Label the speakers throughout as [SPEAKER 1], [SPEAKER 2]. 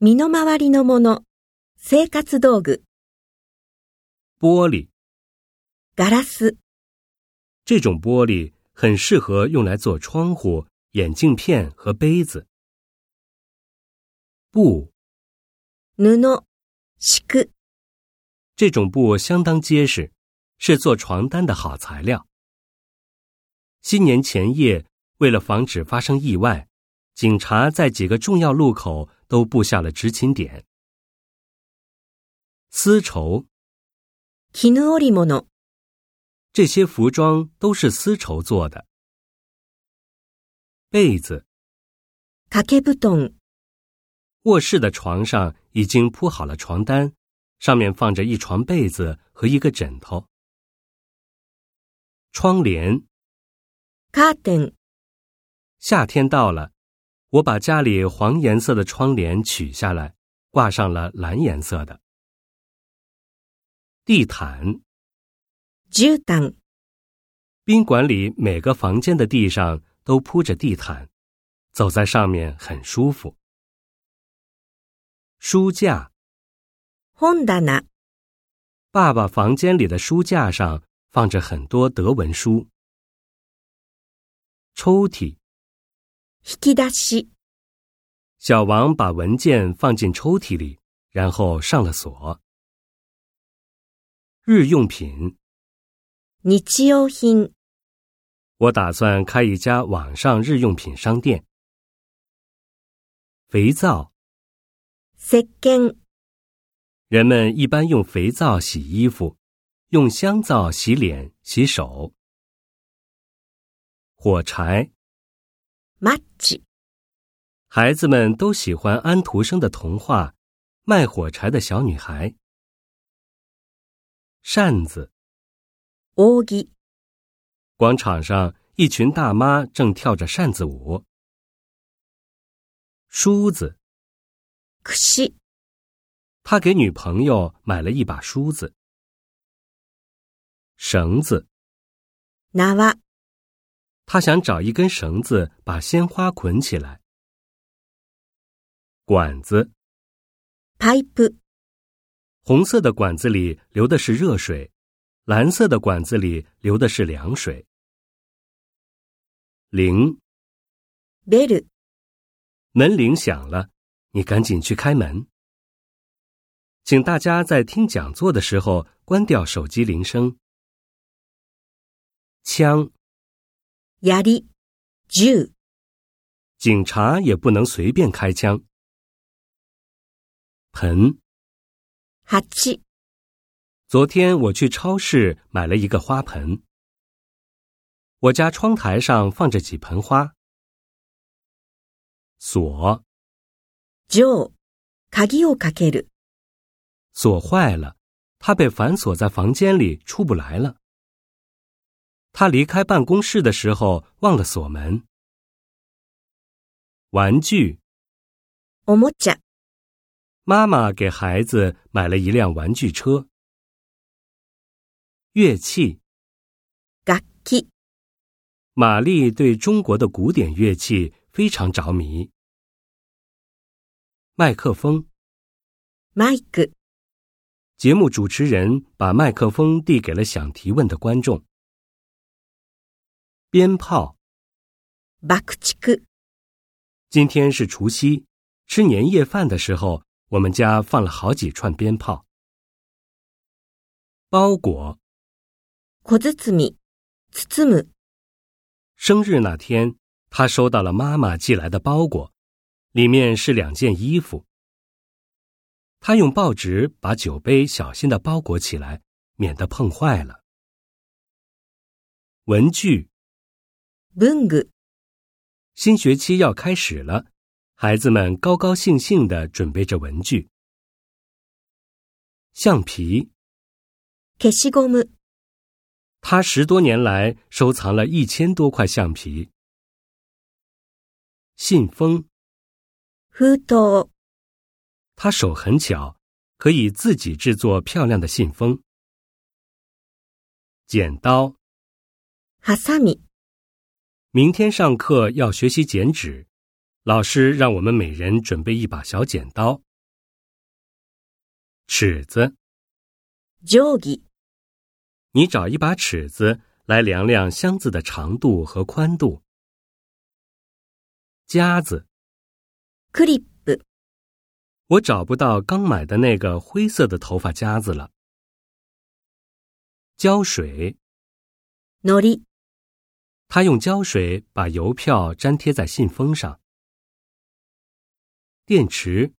[SPEAKER 1] 身の回りのもの、生活道具、
[SPEAKER 2] 玻璃，
[SPEAKER 1] ガラス、
[SPEAKER 2] 这种玻璃很适合用来做窗户、眼镜片和杯子。布，
[SPEAKER 1] 布、敷く、
[SPEAKER 2] 这种布相当结实，是做床单的好材料。新年前夜，为了防止发生意外，警察在几个重要路口都布下了执勤点。丝绸，
[SPEAKER 1] 絹織物、
[SPEAKER 2] 这些服装都是丝绸做的。被子，
[SPEAKER 1] 掛け布団、
[SPEAKER 2] 卧室的床上已经铺好了床单，上面放着一床被子和一个枕头。窗帘，
[SPEAKER 1] カーテン、
[SPEAKER 2] 夏天到了，我把家里黄颜色的窗帘取下来，挂上了蓝颜色的。地毯，
[SPEAKER 1] 絨毯、
[SPEAKER 2] 宾馆里每个房间的地上都铺着地毯，走在上面很舒服。书架，
[SPEAKER 1] 本棚、
[SPEAKER 2] 爸爸房间里的书架上放着很多德文书。抽屉，
[SPEAKER 1] 引き出し、
[SPEAKER 2] 小王把文件放进抽屉里，然后上了锁。日用品，
[SPEAKER 1] 日用品、
[SPEAKER 2] 我打算开一家网上日用品商店。肥皂，
[SPEAKER 1] 石鹸、
[SPEAKER 2] 人们一般用肥皂洗衣服，用香皂洗脸、洗手。火柴，
[SPEAKER 1] マッチ、
[SPEAKER 2] 孩子们都喜欢安徒生的童话《卖火柴的小女孩》。扇子，
[SPEAKER 1] 扇、
[SPEAKER 2] 广场上一群大妈正跳着扇子舞。梳子，
[SPEAKER 1] 櫛、
[SPEAKER 2] 他给女朋友买了一把梳子。绳子，
[SPEAKER 1] 縄、
[SPEAKER 2] 他想找一根绳子把鲜花捆起来。管子，
[SPEAKER 1] パイプ、
[SPEAKER 2] 红色的管子里流的是热水，蓝色的管子里流的是凉水。铃，
[SPEAKER 1] ベル、
[SPEAKER 2] 门铃响了，你赶紧去开门。请大家在听讲座的时候关掉手机铃声。枪，
[SPEAKER 1] 槍、銃、
[SPEAKER 2] 警察也不能随便开枪。盆，
[SPEAKER 1] 鉢、
[SPEAKER 2] 昨天我去超市买了一个花盆，我家窗台上放着几盆花。锁，
[SPEAKER 1] 錠、鍵をかける、
[SPEAKER 2] 锁坏了，他被反锁在房间里出不来了。他离开办公室的时候忘了锁门。玩具，
[SPEAKER 1] おもちゃ、
[SPEAKER 2] 妈妈给孩子买了一辆玩具车。乐器，
[SPEAKER 1] 楽器、
[SPEAKER 2] 玛丽对中国的古典乐器非常着迷。麦克风，
[SPEAKER 1] マイク、
[SPEAKER 2] 节目主持人把麦克风递给了想提问的观众。鞭炮，
[SPEAKER 1] 爆竹、
[SPEAKER 2] 今天是除夕，吃年夜饭的时候，我们家放了好几串鞭炮。包裹，
[SPEAKER 1] 小包、包む、
[SPEAKER 2] 生日那天，他收到了妈妈寄来的包裹，里面是两件衣服。他用报纸把酒杯小心的包裹起来，免得碰坏了。文具，
[SPEAKER 1] 文具、
[SPEAKER 2] 新学期要开始了，孩子们高高兴兴的准备着文具。橡皮，
[SPEAKER 1] 消しゴム、
[SPEAKER 2] 他十多年来收藏了一千多块橡皮。信封，
[SPEAKER 1] 封筒、
[SPEAKER 2] 他手很巧，可以自己制作漂亮的信封。剪刀，
[SPEAKER 1] ハサミ、
[SPEAKER 2] 明天上课要学习剪纸，老师让我们每人准备一把小剪刀、尺子。
[SPEAKER 1] 定規、
[SPEAKER 2] 你找一把尺子来量量箱子的长度和宽度。夹子，
[SPEAKER 1] クリップ、
[SPEAKER 2] 我找不到刚买的那个灰色的头发夹子了。胶水，
[SPEAKER 1] 糊り、
[SPEAKER 2] 他用胶水把邮票粘贴在信封上。电池，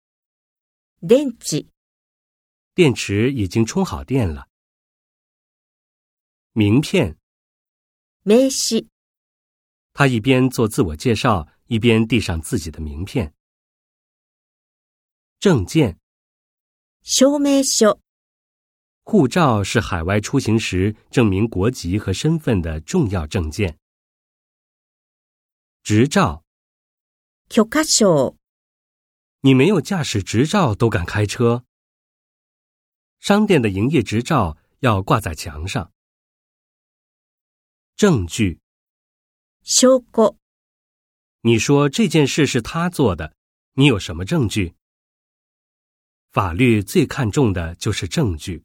[SPEAKER 1] 電池、
[SPEAKER 2] 电池已经充好电了。名片，
[SPEAKER 1] 名刺、
[SPEAKER 2] 他一边做自我介绍，一边递上自己的名片。证件，
[SPEAKER 1] 証明書、
[SPEAKER 2] 护照是海外出行时证明国籍和身份的重要证件。执照，
[SPEAKER 1] 許可証、
[SPEAKER 2] 你没有驾驶执照都敢开车？商店的营业执照要挂在墙上。证据，
[SPEAKER 1] 証拠、
[SPEAKER 2] 你说这件事是他做的，你有什么证据？法律最看重的就是证据。